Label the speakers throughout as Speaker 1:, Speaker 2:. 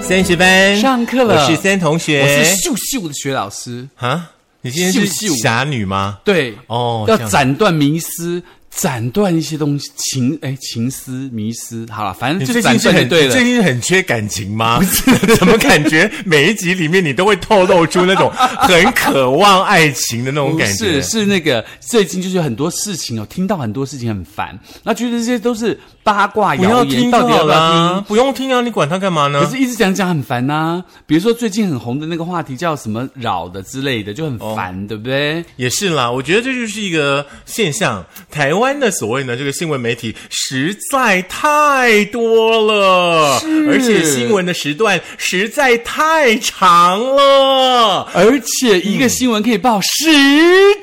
Speaker 1: 三十班
Speaker 2: 上课了
Speaker 1: 我是三同学。
Speaker 2: 我是秀秀的学老师，
Speaker 1: 啊，你今天是
Speaker 2: 秀秀
Speaker 1: 侠女吗？
Speaker 2: 对，
Speaker 1: 哦
Speaker 2: 要
Speaker 1: 这样
Speaker 2: 斩断迷思，斩断一些东西情哎情思迷思，好了，反
Speaker 1: 你
Speaker 2: 正就
Speaker 1: 最
Speaker 2: 是斩
Speaker 1: 近是
Speaker 2: 断就
Speaker 1: 很
Speaker 2: 对
Speaker 1: 最
Speaker 2: 了。
Speaker 1: 近是很缺感情吗？ 怎么感觉每一集里面你都会透露出 那种很渴望爱情的那种
Speaker 2: 不
Speaker 1: 感觉？
Speaker 2: 是，是那个最近就是很多事情哦，听到很多事情很烦，那觉得这些都是八卦
Speaker 1: 不要
Speaker 2: 谣
Speaker 1: 听
Speaker 2: 言，
Speaker 1: 就
Speaker 2: 到底
Speaker 1: 好
Speaker 2: 要不要听
Speaker 1: 啦？，不用听啊，你管他干嘛
Speaker 2: 可
Speaker 1: 呢？
Speaker 2: 是一直讲讲很烦呐、比如说最近很红的那个话题叫什么“扰”的之类的，就很烦，
Speaker 1: 哦
Speaker 2: 对不对？
Speaker 1: 也是啦，我觉得这就是一个现象。台湾的所谓呢，这个新闻媒体实在太多了，而且新闻的时段实在太长了。
Speaker 2: 而且
Speaker 1: 嗯
Speaker 2: 一个新闻可以报十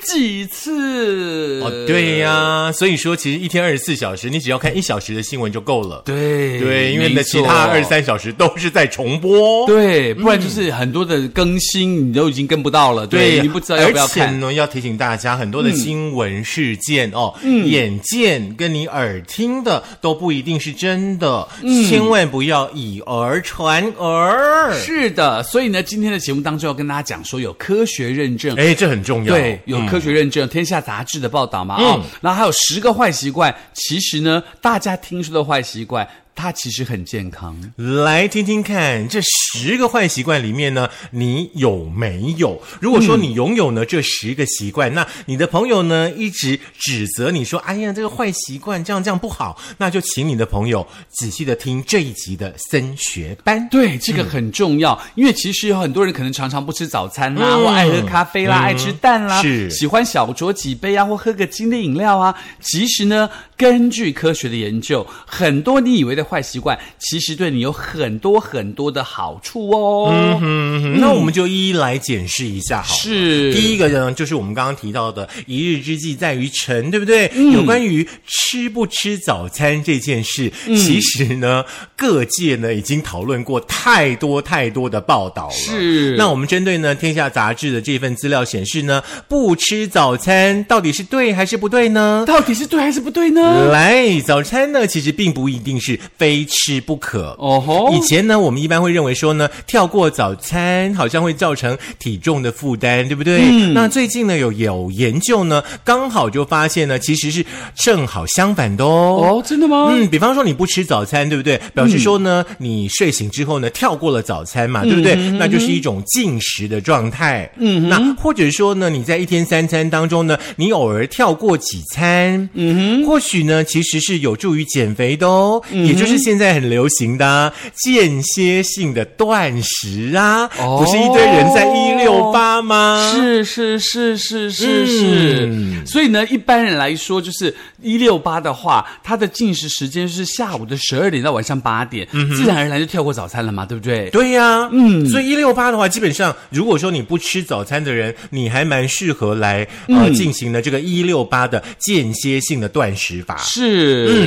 Speaker 2: 几次。
Speaker 1: 哦，对呀、所以说其实一天二十四小时，你只要看一小时的新闻就够了。
Speaker 2: 对
Speaker 1: 对，因为你
Speaker 2: 没
Speaker 1: 的其他
Speaker 2: 错
Speaker 1: 二三小嗯时都是在重播。
Speaker 2: 对，不然就是很多的更新你都已经跟不到了，
Speaker 1: 对，
Speaker 2: 你不知道要不要
Speaker 1: 而且
Speaker 2: 看。嗯
Speaker 1: 呢，要提醒大家，很多的新闻事件、哦，眼见跟你耳听的都不一定是真的，
Speaker 2: 嗯
Speaker 1: 千万不要以讹传讹。
Speaker 2: 是的，所以呢，今天的节目当中要跟大家讲说有科学认证。
Speaker 1: 哎，这很重要。
Speaker 2: 对，有
Speaker 1: 嗯
Speaker 2: 科学认证，天下》杂志的报道嘛，哦，然后还有十个坏习惯。其实呢，大家听说的坏习惯，它其实很健康。
Speaker 1: 来听听看，这十个坏习惯里面呢，你有没有？如果
Speaker 2: 嗯
Speaker 1: 说你拥有呢、这十个习惯，那你的朋友呢一直指责你说：“哎呀，这个坏习惯这样这样不好。”那就请你的朋友仔细的听这一集的升学班。
Speaker 2: 对，这
Speaker 1: 嗯
Speaker 2: 个很重要，因为其实有很多人可能常常不吃早餐啦，
Speaker 1: 嗯
Speaker 2: 或爱喝咖啡啦，
Speaker 1: 嗯
Speaker 2: 爱吃蛋啦，
Speaker 1: 是
Speaker 2: 喜欢小酌几杯啊，或喝个精力饮料啊。其实呢，根据科学的研究，很多你以为的坏习惯，其实对你有很多很多的好处哦。
Speaker 1: 嗯，那我们就一一来检视一下好了。
Speaker 2: 是
Speaker 1: 第一个呢，就是我们刚刚提到的“一日之计在于晨”，对不对？
Speaker 2: 嗯
Speaker 1: 有关于吃不吃早餐这件事，
Speaker 2: 嗯
Speaker 1: 其实呢，各界呢已经讨论过太多太多的报道了。
Speaker 2: 是
Speaker 1: 那我们针对呢《天下》杂志的这份资料显示呢，不吃早餐到底是对还是不对呢？
Speaker 2: 到底是对还是不对
Speaker 1: 呃
Speaker 2: 呢？
Speaker 1: 来，早餐呢，其实并不一定是非吃不可。
Speaker 2: 哦吼
Speaker 1: 以前呢，我们一般会认为说呢，跳过早餐好像会造成体重的负担，对不对？那最近呢，有有研究呢，刚好就发现呢，其实是正好相反的哦。
Speaker 2: 哦，真的吗？
Speaker 1: 嗯，比方说你不吃早餐，对不对？表示说呢，你睡醒之后呢，跳过了早餐嘛，对不对？那就是一种进食的状态。嗯，那或者说呢，你在一天三餐当中呢，你偶尔跳过几餐，嗯哼，或许呢，其实是有助于减肥的哦，也就是现在很流行的、啊、间歇性的断食啊，
Speaker 2: 哦
Speaker 1: 不是一堆人在一六八吗？。
Speaker 2: 是是是是是是，
Speaker 1: 嗯
Speaker 2: 所以呢，一般人来说，就是一六八的话，它的进食时间是下午的十二点到晚上八点，自然而然就跳过早餐了嘛，对不对？
Speaker 1: 嗯对呀、嗯，所以一六八的话，基本上如果说你不吃早餐的人，你还蛮适合来呃、进行呢这个一六八的间歇性的断食法。
Speaker 2: 是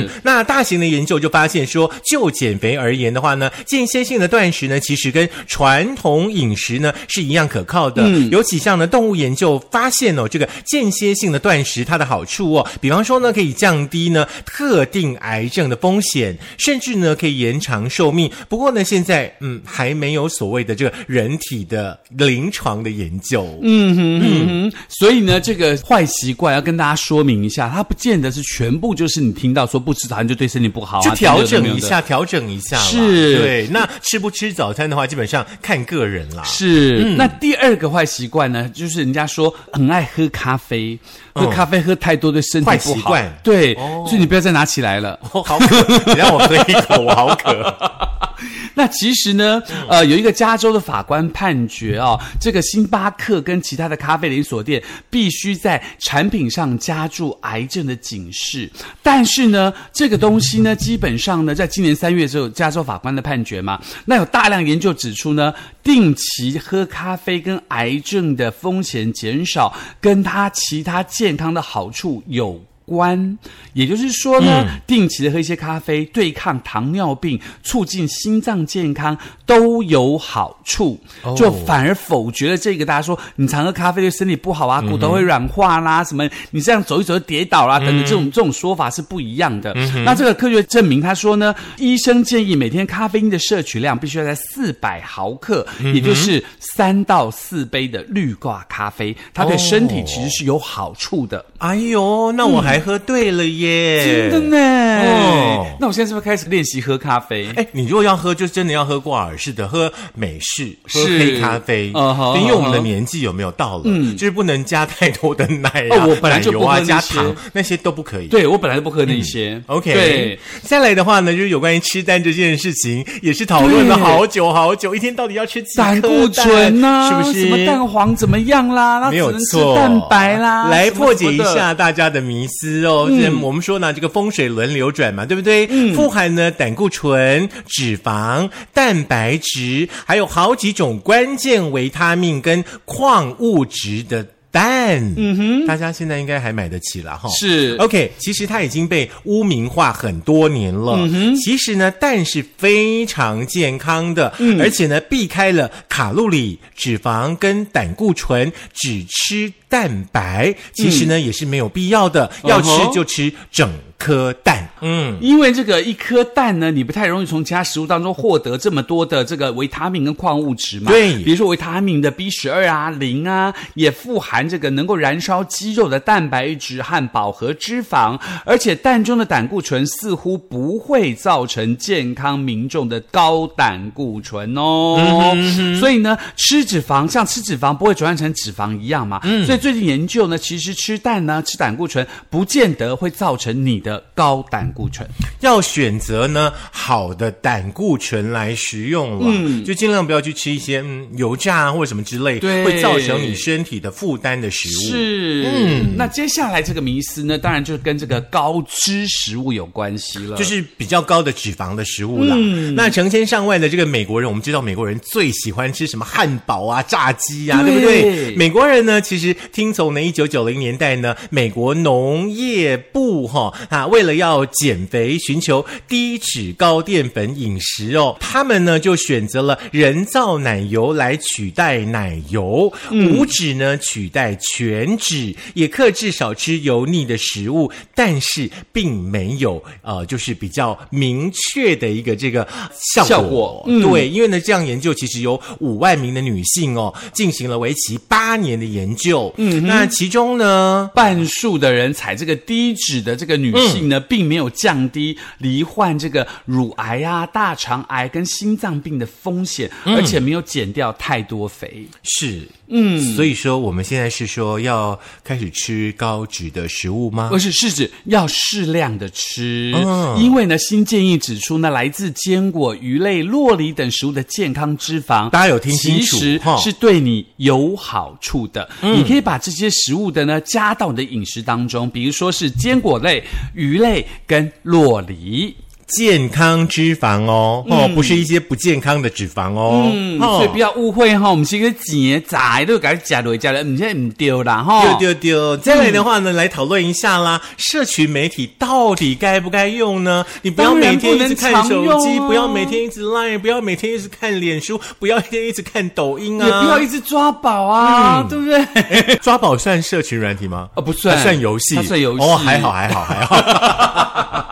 Speaker 1: 嗯，，那大型的研究就发现说，就减肥而言的话呢，间歇性的断食呢，其实跟传统饮食呢是一样可靠的。
Speaker 2: 嗯
Speaker 1: 尤其像呢动物研究发现哦，这个间歇性的断食它的好处哦，比方说呢可以降低呢特定癌症的风险，甚至呢可以延长寿命。不过呢，现在嗯还没有所谓的这个人体的临床的研究。嗯，
Speaker 2: 嗯，所以呢，这个坏习惯要跟大家说明一下，它不见得是全部就是你听到说不吃早餐就对身体不好啊，
Speaker 1: 就调
Speaker 2: 这个
Speaker 1: 整
Speaker 2: 没有
Speaker 1: 一
Speaker 2: 的。
Speaker 1: 下，调整一下啦。
Speaker 2: 是
Speaker 1: 对。那吃不吃早餐的话，基本上看个人啦。
Speaker 2: 是，
Speaker 1: 嗯
Speaker 2: 那第二个坏习惯呢，就是人家说很爱喝咖啡，喝
Speaker 1: 嗯
Speaker 2: 咖啡喝太多对身体
Speaker 1: 坏
Speaker 2: 不
Speaker 1: 习
Speaker 2: 好
Speaker 1: 惯。
Speaker 2: 对，所以你不要再拿起来了。
Speaker 1: 哦，好渴！你让我喝一口，我好渴。
Speaker 2: 那其实呢，呃，有一个加州的法官判决哦，这个星巴克跟其他的咖啡连锁店必须在产品上加注癌症的警示。但是呢，这个东西呢，基本上呢，在今年三月之后，加州法官的判决嘛，那有大量研究指出呢，定期喝咖啡跟癌症的风险减少，跟它其他健康的好处有。关。也就是说呢，定期的喝一些咖啡，对抗糖尿病、促进心脏健康都有好处。
Speaker 1: 哦
Speaker 2: 就反而否决了这个，大家说你常喝咖啡对身体不好啊，骨头会软化啦，什么你这样走一走就跌倒啊啦，等等这种这种说法是不一样的。那这个科学证明，他说呢，医生建议每天咖啡因的摄取量必须要在四百毫克，也就是三到四杯的绿挂咖啡，它对身体其实是有好处的。
Speaker 1: 哎呦，那我还喝对了耶！
Speaker 2: 嗯真的呢，
Speaker 1: 哦
Speaker 2: 那我现在是不是开始练习喝咖啡？
Speaker 1: 哎，你如果要喝，就真的要喝挂耳式的，喝美式，喝
Speaker 2: 是
Speaker 1: 黑咖啡。
Speaker 2: 嗯哼
Speaker 1: 对因为我们的
Speaker 2: 嗯哼
Speaker 1: 年纪有没有到了，就是不能加太多的奶啊、
Speaker 2: 嗯哦我本来就
Speaker 1: 奶
Speaker 2: 不
Speaker 1: 油啊、
Speaker 2: 喝那
Speaker 1: 加
Speaker 2: 些
Speaker 1: 糖那些都不可以。
Speaker 2: 对我本来就不喝那些。
Speaker 1: 嗯 OK，
Speaker 2: 对。
Speaker 1: 再来的话呢，就是有关于吃蛋这件事情，也是讨论了
Speaker 2: 对
Speaker 1: 好久好久，一天到底要吃几
Speaker 2: 胆
Speaker 1: 颗
Speaker 2: 固醇呐、
Speaker 1: 是不是？
Speaker 2: 什么蛋黄怎么样啦？那
Speaker 1: 没
Speaker 2: 啊只
Speaker 1: 有
Speaker 2: 能吃
Speaker 1: 错，
Speaker 2: 蛋白啦，
Speaker 1: 来
Speaker 2: 什么
Speaker 1: 破解一
Speaker 2: 什么的。
Speaker 1: 下大家的迷思哦。嗯，我们说呢，这个风水轮流转嘛，对不对？
Speaker 2: 嗯
Speaker 1: 富含呢胆固醇、脂肪、蛋白质，还有好几种关键维他命跟矿物质的。蛋，嗯哼，大家现在应该还买得起了哈。
Speaker 2: 是
Speaker 1: OK，其实它已经被污名化很多年了。嗯哼，其实呢，蛋是非常健康的，嗯、而且呢，避开了卡路里、脂肪跟胆固醇，只吃蛋白，其实呢、也是没有必要的。要吃
Speaker 2: 嗯哼
Speaker 1: 就吃整颗蛋。嗯，
Speaker 2: 因为这个一颗蛋呢，你不太容易从其他食物当中获得这么多的这个维他命跟矿物质嘛。
Speaker 1: 对
Speaker 2: 比如说维他命的 B 十二啊、磷啊，也富含这个能够燃烧肌肉的蛋白质和饱和脂肪，而且蛋中的胆固醇似乎不会造成健康民众的高胆固醇哦。所以呢，吃脂肪像吃脂肪不会转换成脂肪一样嘛。所以最近研究呢，其实吃蛋呢、吃胆固醇不见得会造成你的高胆固醇。
Speaker 1: 要选择呢好的胆固醇来食用了，就尽量不要去吃一些嗯油炸啊或者什么之类，
Speaker 2: 对
Speaker 1: 会造成你身体的负担的食物。
Speaker 2: 是，那接下来这个迷思呢，当然就跟这个高脂食物有关系了。嗯
Speaker 1: 就是比较高的脂肪的食物啦。那成千上万的这个美国人，我们知道美国人最喜欢吃什么汉堡啊、炸鸡啊，对
Speaker 2: 对
Speaker 1: 不对？美国人呢，其实听从呢一九九零年代呢，美国农业部哈、啊，为了要减肥，寻求低脂高淀粉饮食哦，他们呢就选择了人造奶油来取代奶油，
Speaker 2: 嗯
Speaker 1: 无脂呢取代全脂，也克制少吃油腻的食物，但是并没有呃，就是比较明确的一个这个效果。
Speaker 2: 效果
Speaker 1: 对，因为呢，这样研究其实有五万名的女性哦，进行了为期八年的研究。嗯，那其中呢，
Speaker 2: 半数的人采这个低脂的这个女性
Speaker 1: 嗯
Speaker 2: 呢，并没有降低罹患这个乳癌啊、大肠癌跟心脏病的风险，
Speaker 1: 嗯
Speaker 2: 而且没有减掉太多肥。
Speaker 1: 是，嗯，所以说我们现在是说要开始吃高脂的食物吗
Speaker 2: 而？是是指要适量的吃，
Speaker 1: 嗯
Speaker 2: 因为呢，新建议指出呢，来自坚果、鱼类、洛梨等食物的健康脂肪，
Speaker 1: 大家有听清楚
Speaker 2: 其实
Speaker 1: 哈嗯
Speaker 2: 是对你有好处的。你可以把这些食物的呢加到你的饮食当中，比如说是坚果类、鱼类跟洛梨。
Speaker 1: 健康脂肪哦，哦，不是一些不健康的脂肪哦，嗯
Speaker 2: 嗯，所以不要误会哈，我们是一个节仔，都该加落加了，你现在唔丢啦哈。
Speaker 1: 丢丢丢！再
Speaker 2: 嗯
Speaker 1: 来的话呢，来讨论一下啦，社群媒体到底该不该用呢？你不要
Speaker 2: 当然
Speaker 1: 每天
Speaker 2: 不
Speaker 1: 一
Speaker 2: 能
Speaker 1: 直看
Speaker 2: 常
Speaker 1: 手机，
Speaker 2: 用啊
Speaker 1: 不要每天一直 line，不要每天一直看脸书，不要每天一直看抖音啊！嗯
Speaker 2: 也不要一直抓宝啊，对不对？
Speaker 1: 抓宝算社群软体吗？
Speaker 2: 哦不算
Speaker 1: 它算游戏，
Speaker 2: 它算游戏
Speaker 1: 哦，还好，还好，还 好。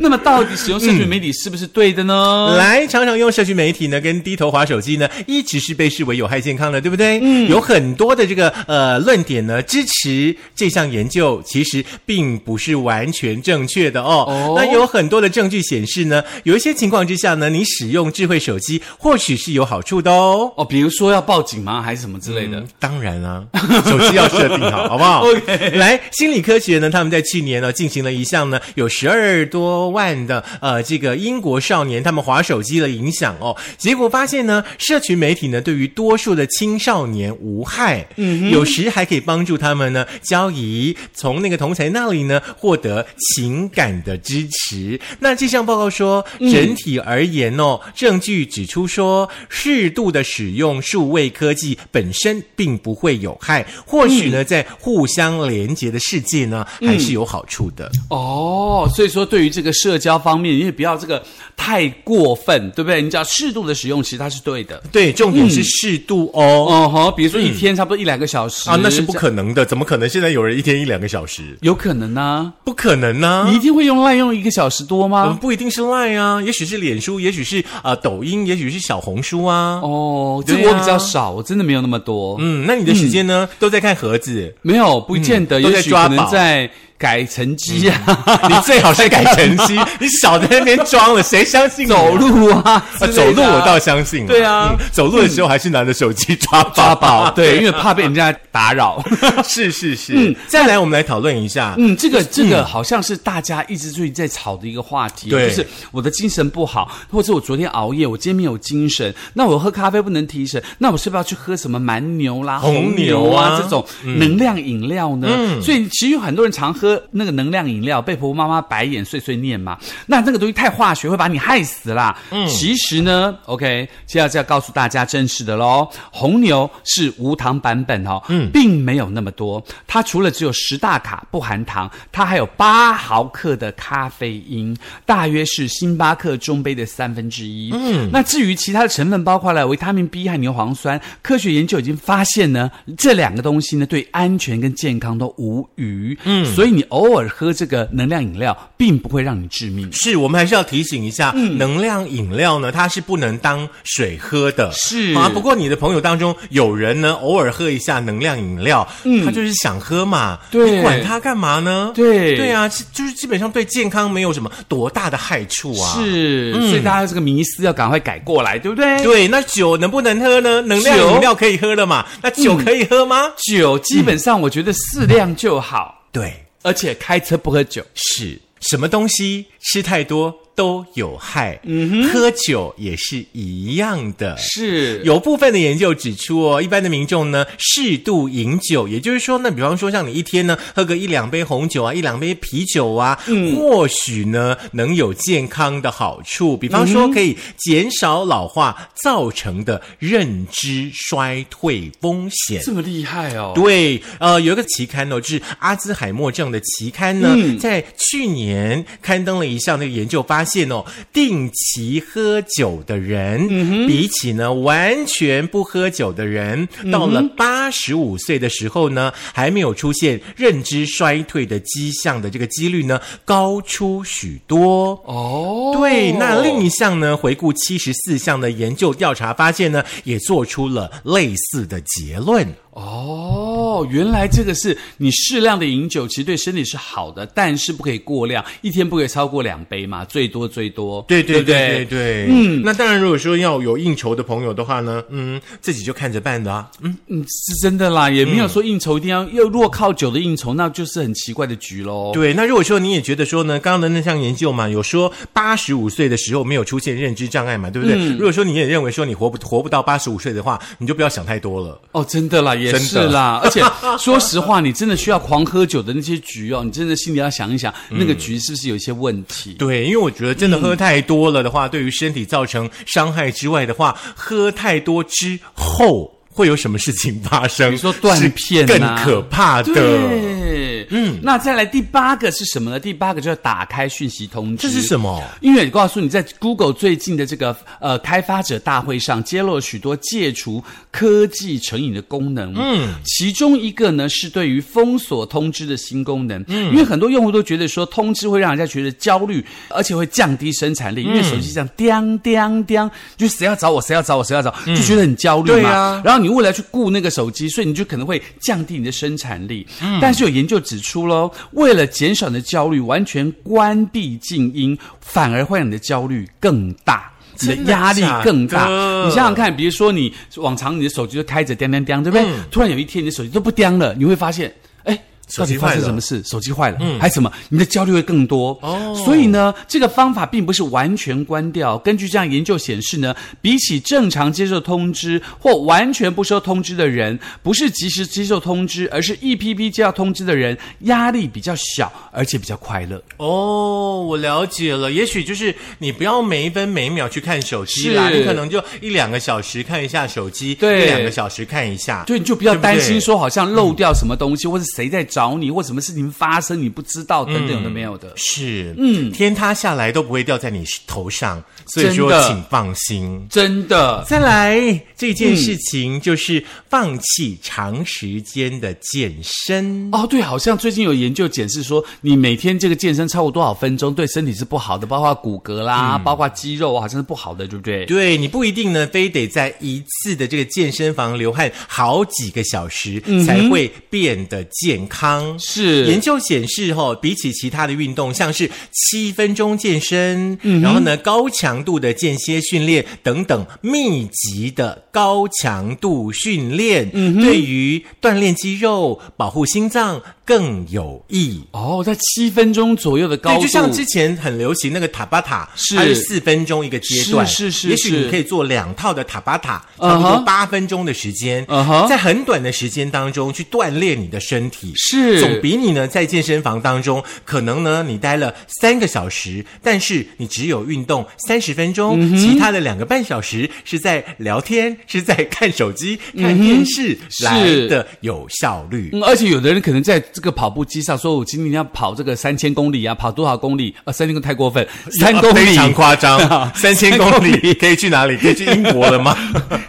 Speaker 2: 那么到底使用社群媒体是不是对的呢？
Speaker 1: 来，常常用社区媒体呢，跟低头滑手机呢，一直是被视为有害健康的，对不对？嗯，有很多的这个呃论点呢，支持这项研究，其实并不是完全正确的哦。
Speaker 2: 哦
Speaker 1: 那有很多的证据显示呢，有一些情况之下呢，你使用智慧手机或许是有好处的哦。
Speaker 2: 哦，比如说要报警吗？还是什么之类的？
Speaker 1: 嗯当然啦、 手机要设定 好，好不好
Speaker 2: OK
Speaker 1: 来，心理科学呢，他们在去年呢进行了一项呢有十二多过万的呃这个英国少年他们划手机的影响哦。结果发现呢，社群媒体呢对于多数的青少年无害，嗯，有时还可以帮助他们呢交谊，从那个同才那里呢获得情感的支持。那这项报告说，整体而言哦，证据指出说，适度的使用数位科技本身并不会有害，或许呢，在互相连接的世界呢，还是有好处的。
Speaker 2: 哦，所以说对于这个社交方面，你也不要这个太过分，对不对？你只要适度的使用，其实它是对的。
Speaker 1: 对，重点是适度哦。
Speaker 2: 哦吼，比如说一天差不多一两个小时
Speaker 1: 啊，那是不
Speaker 2: 这样
Speaker 1: 可能的，怎么可能？现在有人一天一两个小时，
Speaker 2: 有可能呢、
Speaker 1: 不可能啊呢、
Speaker 2: 你一定会用滥用一个小时多
Speaker 1: 我们
Speaker 2: 吗？
Speaker 1: 不一定是 Line 啊，也许是脸书，也许是呃抖音，也许是小红书啊。
Speaker 2: 哦，这
Speaker 1: 对
Speaker 2: 我
Speaker 1: 啊
Speaker 2: 比较少，我真的没有那么多。
Speaker 1: 嗯，那你的时间呢，都在看盒子。
Speaker 2: 没有，不见得，
Speaker 1: 嗯都在
Speaker 2: 也许
Speaker 1: 抓
Speaker 2: 可能
Speaker 1: 宝嗯
Speaker 2: 在改成绩啊，
Speaker 1: 你最好是改晨曦，你少在那边装了，谁相信你啊、
Speaker 2: 走路啊，
Speaker 1: 啊？
Speaker 2: 之
Speaker 1: 走
Speaker 2: 类
Speaker 1: 路
Speaker 2: 的啊
Speaker 1: 我倒相信了，
Speaker 2: 对啊
Speaker 1: 嗯走路的时候还是拿着手机抓
Speaker 2: 抓
Speaker 1: 宝
Speaker 2: 宝， 对，因为怕被人家打扰。
Speaker 1: 是是是。再来，我们来讨论一下，
Speaker 2: 嗯，这个这个好像是大家一直最近在吵的一个话题，啊
Speaker 1: 对
Speaker 2: 就是我的精神不好，或者我昨天熬夜，我今天没有精神，那我喝咖啡不能提神，那我是不是要去喝什么蛮牛啦、
Speaker 1: 红牛啊
Speaker 2: 牛啊这种能量饮料呢？所以其实有很多人常喝那个能量饮料，被婆婆妈妈白眼碎碎念嘛。那那个东西太化学，会把你害死啦。其实呢，OK，现在就要告诉大家真实的喽，红牛是无糖版本哦，并没有那么多，它除了只有十大卡不含糖，它还有八毫克的咖啡因，大约是星巴克中杯的三分之一。嗯，那至于其他的成分，包括了维他命 B 和牛磺酸，科学研究已经发现呢，这两个东西呢对安全跟健康都无虞。嗯，所以你偶尔喝这个能量饮料，并不会让你致命。
Speaker 1: 是我们还是要提醒一下，
Speaker 2: 嗯
Speaker 1: 能量饮料呢，它是不能当水喝的。
Speaker 2: 是
Speaker 1: 啊，不过你的朋友当中有人呢，偶尔喝一下能量饮料，他就是想喝嘛，
Speaker 2: 嗯对
Speaker 1: 你管他干嘛呢？
Speaker 2: 对
Speaker 1: 对啊，是就是基本上对健康没有什么多大的害处啊。。
Speaker 2: 是，所以大家这个迷思要赶快改过来，对不对？
Speaker 1: 对，那酒能不能喝呢？能量
Speaker 2: 酒
Speaker 1: 饮料可以喝了嘛？那酒可以喝吗？
Speaker 2: 酒基本上我觉得适量就好，
Speaker 1: 对，
Speaker 2: 而且开车不喝酒。
Speaker 1: 是什么东西吃太多都有害，嗯、喝酒也是一样的。
Speaker 2: 是有
Speaker 1: 有部分的研究指出哦，一般的民众呢，适度饮酒，也就是说呢，比方说像你一天呢喝个一两杯红酒啊，一两杯啤酒啊，或许呢能有健康的好处，比方说可以减少老化造成的认知衰退风险。
Speaker 2: 这么厉害哦？
Speaker 1: 对，呃，有一个期刊哦，就是阿兹海默症的期刊呢，
Speaker 2: 嗯
Speaker 1: 在去年刊登了一项那个研究，发现哦，定期喝酒的人，
Speaker 2: 嗯
Speaker 1: 比起呢完全不喝酒的人，
Speaker 2: 嗯
Speaker 1: 到了八十五岁的时候呢，还没有出现认知衰退的迹象的这个几率呢，高出许多。
Speaker 2: 哦，
Speaker 1: 对，那另一项呢，回顾七十四项的研究调查发现呢，也做出了类似的结论。
Speaker 2: 哦，原来这个是你适量的饮酒，其实对身体是好的，但是不可以过量，一天不可以超过两杯嘛，最多最多。
Speaker 1: 对对
Speaker 2: 不
Speaker 1: 对对对，嗯，那当然，如果说要有应酬的朋友的话呢，嗯，自己就看着办的啊。嗯，
Speaker 2: 嗯，是真的啦，也没有说应酬一定要，又若靠酒的应酬，那就是很奇怪的局喽。
Speaker 1: 对。那如果说你也觉得说呢，刚刚的那项研究嘛，有说八十五岁的时候没有出现认知障碍嘛，对不对？
Speaker 2: 嗯
Speaker 1: 如果说你也认为说你活不活不到八十五岁的话，你就不要想太多了。
Speaker 2: 哦，真的啦，也
Speaker 1: 真
Speaker 2: 是
Speaker 1: 的
Speaker 2: 啦。 而且说实话，你真的需要狂喝酒的那些局哦，你真的心里要想一想，
Speaker 1: 嗯
Speaker 2: 那个局是不是有一些问题？
Speaker 1: 对，因为我觉得真的喝太多了的
Speaker 2: 嗯
Speaker 1: 话，对于身体造成伤害之外的话，喝太多之后。会有什么事情发生？
Speaker 2: 比如说断片
Speaker 1: 是更
Speaker 2: 啊
Speaker 1: 可怕的。
Speaker 2: 对，嗯，那再来第八个是什么呢？第八个就是打开讯息通知。
Speaker 1: 这是什么？
Speaker 2: 因为你告诉你在 Google 最近的这个呃开发者大会上揭露了许多戒除科技成瘾的功能，嗯，其中一个呢是对于封锁通知的新功能，嗯，因为很多用户都觉得说通知会让人家觉得焦虑，而且会降低生产力，因为手机这样叮叮叮，就谁要找我，谁要找我，谁要找，就觉得很焦虑嘛。
Speaker 1: 对啊
Speaker 2: 然后你为了去顾那个手机，所以你就可能会降低你的生产力。
Speaker 1: 嗯
Speaker 2: 但是有研究指出喽，为了减少你的焦虑，完全关闭静音，反而会让你的焦虑更大。你的
Speaker 1: 真的
Speaker 2: 压力
Speaker 1: 假
Speaker 2: 更大，
Speaker 1: 的
Speaker 2: 你想想看，比如说
Speaker 1: 嗯
Speaker 2: 你往常你的手机就开着叮叮叮，对不对？突然有一天你的手机都不叮了，你会发现，哎，
Speaker 1: 手
Speaker 2: 到底
Speaker 1: 机
Speaker 2: 发
Speaker 1: 坏
Speaker 2: 生
Speaker 1: 了
Speaker 2: 什么事？手机坏了，还是什么？你的焦虑会更多。
Speaker 1: 嗯哦
Speaker 2: 所以呢，这个方法并不是完全关掉。根据这样研究显示呢，比起正常接受通知或完全不收通知的人，不是及时接受通知，而是一批批接到通知的人，压力比较小，而且比较快乐。
Speaker 1: 哦，我了解了。也许就是你不要每一分每一秒去看手机啦，
Speaker 2: 是
Speaker 1: 你可能就一两个小时看一下手机，
Speaker 2: 对
Speaker 1: 一两个小时看一下。
Speaker 2: 对，你就不要担
Speaker 1: 对
Speaker 2: 心
Speaker 1: 不对
Speaker 2: 说好像漏掉什么东西，或是谁在找你，或什么事情发生你不知道，
Speaker 1: 嗯
Speaker 2: 等等有的没有的。
Speaker 1: 是，嗯，天塌下来都不会掉在你头上，所以说
Speaker 2: 真的
Speaker 1: 请放心。
Speaker 2: 真的，
Speaker 1: 再来这
Speaker 2: 嗯
Speaker 1: 件事情就是放弃长时间的健身。
Speaker 2: 哦，对，好像最近有研究显示说，你每天这个健身超过多少分钟，对身体是不好的，包括骨骼啦，
Speaker 1: 嗯
Speaker 2: 包括肌肉啊，好像是不好的，对不对？
Speaker 1: 对你不一定呢，非得在一次的这个健身房流汗好几个小时才会变得健康。
Speaker 2: 嗯是
Speaker 1: 研究显示、哦，比起其他的运动，像是七分钟健身，
Speaker 2: 嗯
Speaker 1: 然后呢高强度的间歇训练等等，密集的高强度训练，
Speaker 2: 嗯
Speaker 1: 对于锻炼肌肉、保护心脏更有益。
Speaker 2: 哦，在七分钟左右的高
Speaker 1: 对，
Speaker 2: 度，
Speaker 1: 就像之前很流行那个塔巴塔，
Speaker 2: 是
Speaker 1: 它是四分钟一个阶段，
Speaker 2: 是是是
Speaker 1: 也许
Speaker 2: 是
Speaker 1: 你可以做两套的塔巴塔，
Speaker 2: 嗯
Speaker 1: 差
Speaker 2: 哼
Speaker 1: 不多八分钟的时间
Speaker 2: 嗯哼
Speaker 1: 在很短的时间当中去锻炼你的身体，
Speaker 2: 是
Speaker 1: 总比你呢在健身房当中，可能呢你待了三个小时，但是你只有运动三十分钟，
Speaker 2: 嗯
Speaker 1: 其他的两个半小时是在聊天，是在看手机、看电视、
Speaker 2: 嗯是
Speaker 1: 来的有效率。
Speaker 2: 嗯，而且有的人可能在这个跑步机上说，我今天要跑这个三千公里啊，跑多少公里？啊，三千公里太 过分，三公里
Speaker 1: 非常夸 张，三千公里可以去哪里？可以去英国了吗？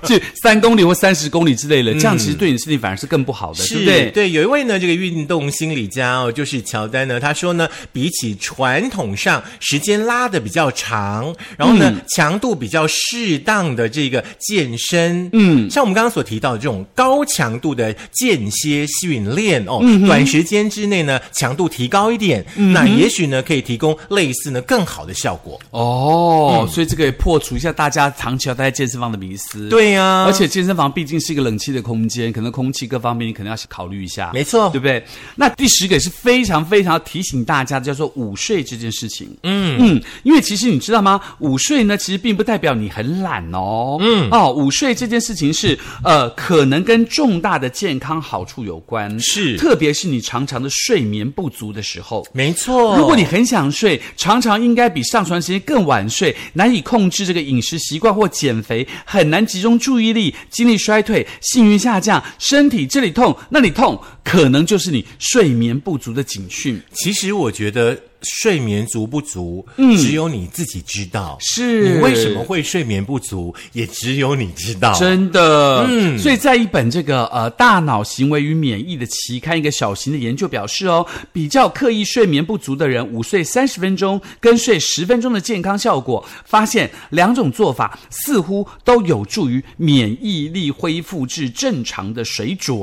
Speaker 2: 去三公里或三十公里之类的，这样其实对你身体 反而是更不好的，对不对？
Speaker 1: 嗯对，有一位呢，这个运动心理家哦，就是乔丹呢，他说呢，比起传统上时间拉的比较长，然后呢、
Speaker 2: 嗯
Speaker 1: 强度比较适当的这个健身，嗯，像我们刚刚所提到的这种高强度的间歇训练哦，
Speaker 2: 嗯
Speaker 1: 短时间之内呢强度提高一点，那也许呢可以提供类似呢更好的效果。
Speaker 2: 哦，
Speaker 1: 嗯
Speaker 2: 所以这个也破除一下大家长期要待在健身房的迷思。。
Speaker 1: 对呀、
Speaker 2: 而且健身房毕竟是一个冷气的空间，可能空气各方面你可能要考虑一下，
Speaker 1: 没错
Speaker 2: 对不对？那第十个也是非常非常提醒大家的，叫做午睡这件事情。嗯嗯，因为其实你知道吗？午睡呢，其实并不代表你很懒哦。嗯哦，午睡这件事情是呃，可能跟重大的健康好处有关，
Speaker 1: 是
Speaker 2: 特别是你常常的睡眠不足的时候。
Speaker 1: 没错，
Speaker 2: 如果你很想睡，常常应该比上床时间更晚睡，难以控制这个饮食习惯或减肥，很难集中注意力，精力衰退，性欲下降，身体这里痛那里痛，可能就是你睡眠不足的警讯。
Speaker 1: 其实我觉得睡眠足不足，只有你自己知道。
Speaker 2: 嗯是
Speaker 1: 你为什么会睡眠不足，也只有你知道。
Speaker 2: 真的，嗯，所以在一本这个呃《大脑行为与免疫》的期刊，一个小型的研究表示哦，比较刻意睡眠不足的人，午睡三十分钟跟睡十分钟的健康效果，发现两种做法似乎都有助于免疫力恢复至正常的水准。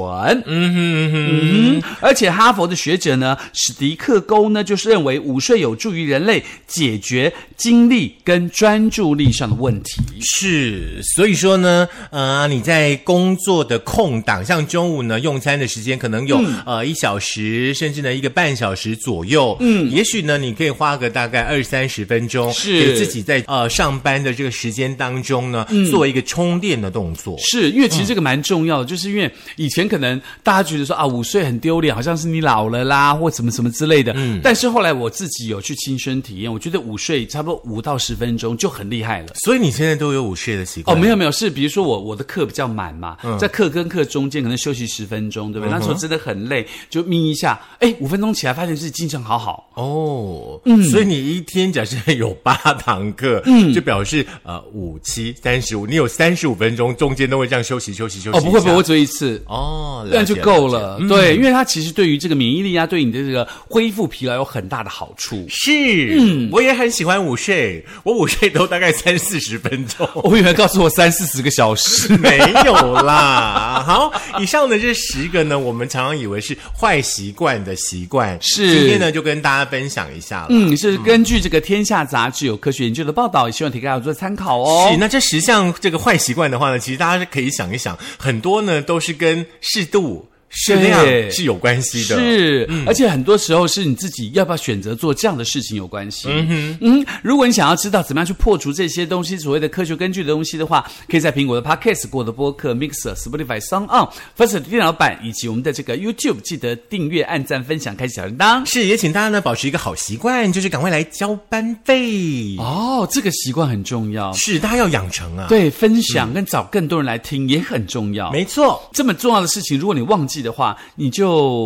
Speaker 1: 嗯
Speaker 2: 嗯，而且哈佛的学者呢，史迪克沟呢，就是认为午睡有助于人类解决精力跟专注力上的问题。
Speaker 1: 是，所以说呢，呃，你在工作的空档，像中午呢用餐的时间，可能有、
Speaker 2: 嗯
Speaker 1: 呃一小时，甚至呢一个半小时左右。嗯，也许呢，你可以花个大概二三十分钟，
Speaker 2: 是嗯
Speaker 1: 给自己在呃上班的这个时间当中呢，做一个充电的动作。
Speaker 2: 是因为其实这个蛮重要的，就是因为以前可能大家觉得说啊，午睡很丢脸，好像是你老了啦，或什么什么之类的。嗯，但是后来我自己有去亲身体验，我觉得午睡差不多五到十分钟就很厉害了。
Speaker 1: 所以你现在都有午睡的习
Speaker 2: 哦，
Speaker 1: 惯？
Speaker 2: 没有没有，是比如说我我的课比较满嘛，在课跟课中间可能休息十分钟，对不对？那时候真的很累，就眯一下，哎，五分钟起来发现自己精神好好。
Speaker 1: 哦，
Speaker 2: 嗯
Speaker 1: 所以你一天假设有八堂课，就表示呃五七三十五，你有三十五分钟，中间都会这样休息休息休息
Speaker 2: 哦，
Speaker 1: 一下。
Speaker 2: 不会不会，我只有一次。
Speaker 1: 哦，
Speaker 2: 那
Speaker 1: 了
Speaker 2: 就
Speaker 1: 解
Speaker 2: 够
Speaker 1: 解
Speaker 2: 了，对，因为它其实对于这个免疫力啊，对你的这个恢复疲劳有很大的好处。
Speaker 1: 是，
Speaker 2: 嗯
Speaker 1: 我也很喜欢午睡，我午睡都大概三四十分钟。
Speaker 2: 我以为告诉我三四十个小时，
Speaker 1: 没有啦， 好，以上的这十个呢，我们常常以为是坏习惯的习惯，
Speaker 2: 是
Speaker 1: 今天呢就跟大家分享一下了。
Speaker 2: 嗯，是根据这个《天下》杂志有科学研究的报道，也希望提供大家做参考哦。
Speaker 1: 是，那这十项这个坏习惯的话呢，其实大家是可以想一想，很多呢都是跟适度。适量
Speaker 2: 对
Speaker 1: 是有关系的。
Speaker 2: 是，嗯而且很多时候是你自己要不要选择做这样的事情有关系。嗯嗯，如果你想要知道怎么样去破除这些东西，所谓的科学根据的东西的话，可以在苹果的 Podcast、过的播客、Mixer、Spotify、s o n g On、First 的电脑版以及我们的这个 YouTube，记得订阅、按赞、分享、开启小铃铛。
Speaker 1: 是，也请大家呢保持一个好习惯，就是赶快来交班费。
Speaker 2: 哦，这个习惯很重要，嗯
Speaker 1: 是，大家要养成啊。，
Speaker 2: 对，分享跟找更多人来听也很重要。
Speaker 1: 没 错。
Speaker 2: 这么重要的事情，如果你忘记的话，你就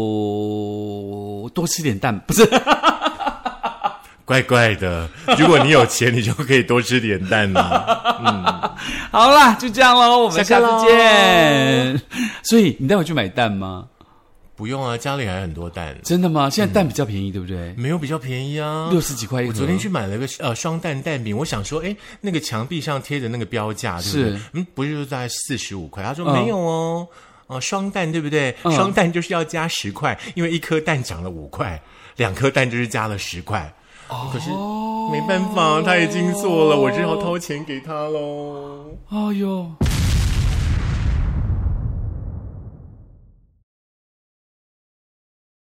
Speaker 2: 多吃点蛋， 不是？
Speaker 1: 怪怪的，如果你有钱，你就可以多吃点蛋啊了。
Speaker 2: 好啦，就这样喽，我们
Speaker 1: 下
Speaker 2: 下
Speaker 1: 课
Speaker 2: 次见。所以你待会去买蛋吗？
Speaker 1: 不用啊，家里还很多蛋，
Speaker 2: 真的吗？现在蛋比较便宜，对不对？
Speaker 1: 没有比较便宜啊，
Speaker 2: 六十几块一盒。
Speaker 1: 我昨天去买了个呃双蛋蛋饼，我想说，哎，那个墙壁上贴的那个标价，对不对
Speaker 2: 是
Speaker 1: 嗯，不是就大概四十五块？他说、
Speaker 2: 嗯
Speaker 1: 没有哦。啊、双蛋对不对？
Speaker 2: 嗯
Speaker 1: 双蛋就是要加十块，因为一颗蛋涨了五块，两颗蛋就是加了十块。
Speaker 2: 哦
Speaker 1: 可是没办法，他已经做了，我只好掏钱给他喽。
Speaker 2: 哎呦。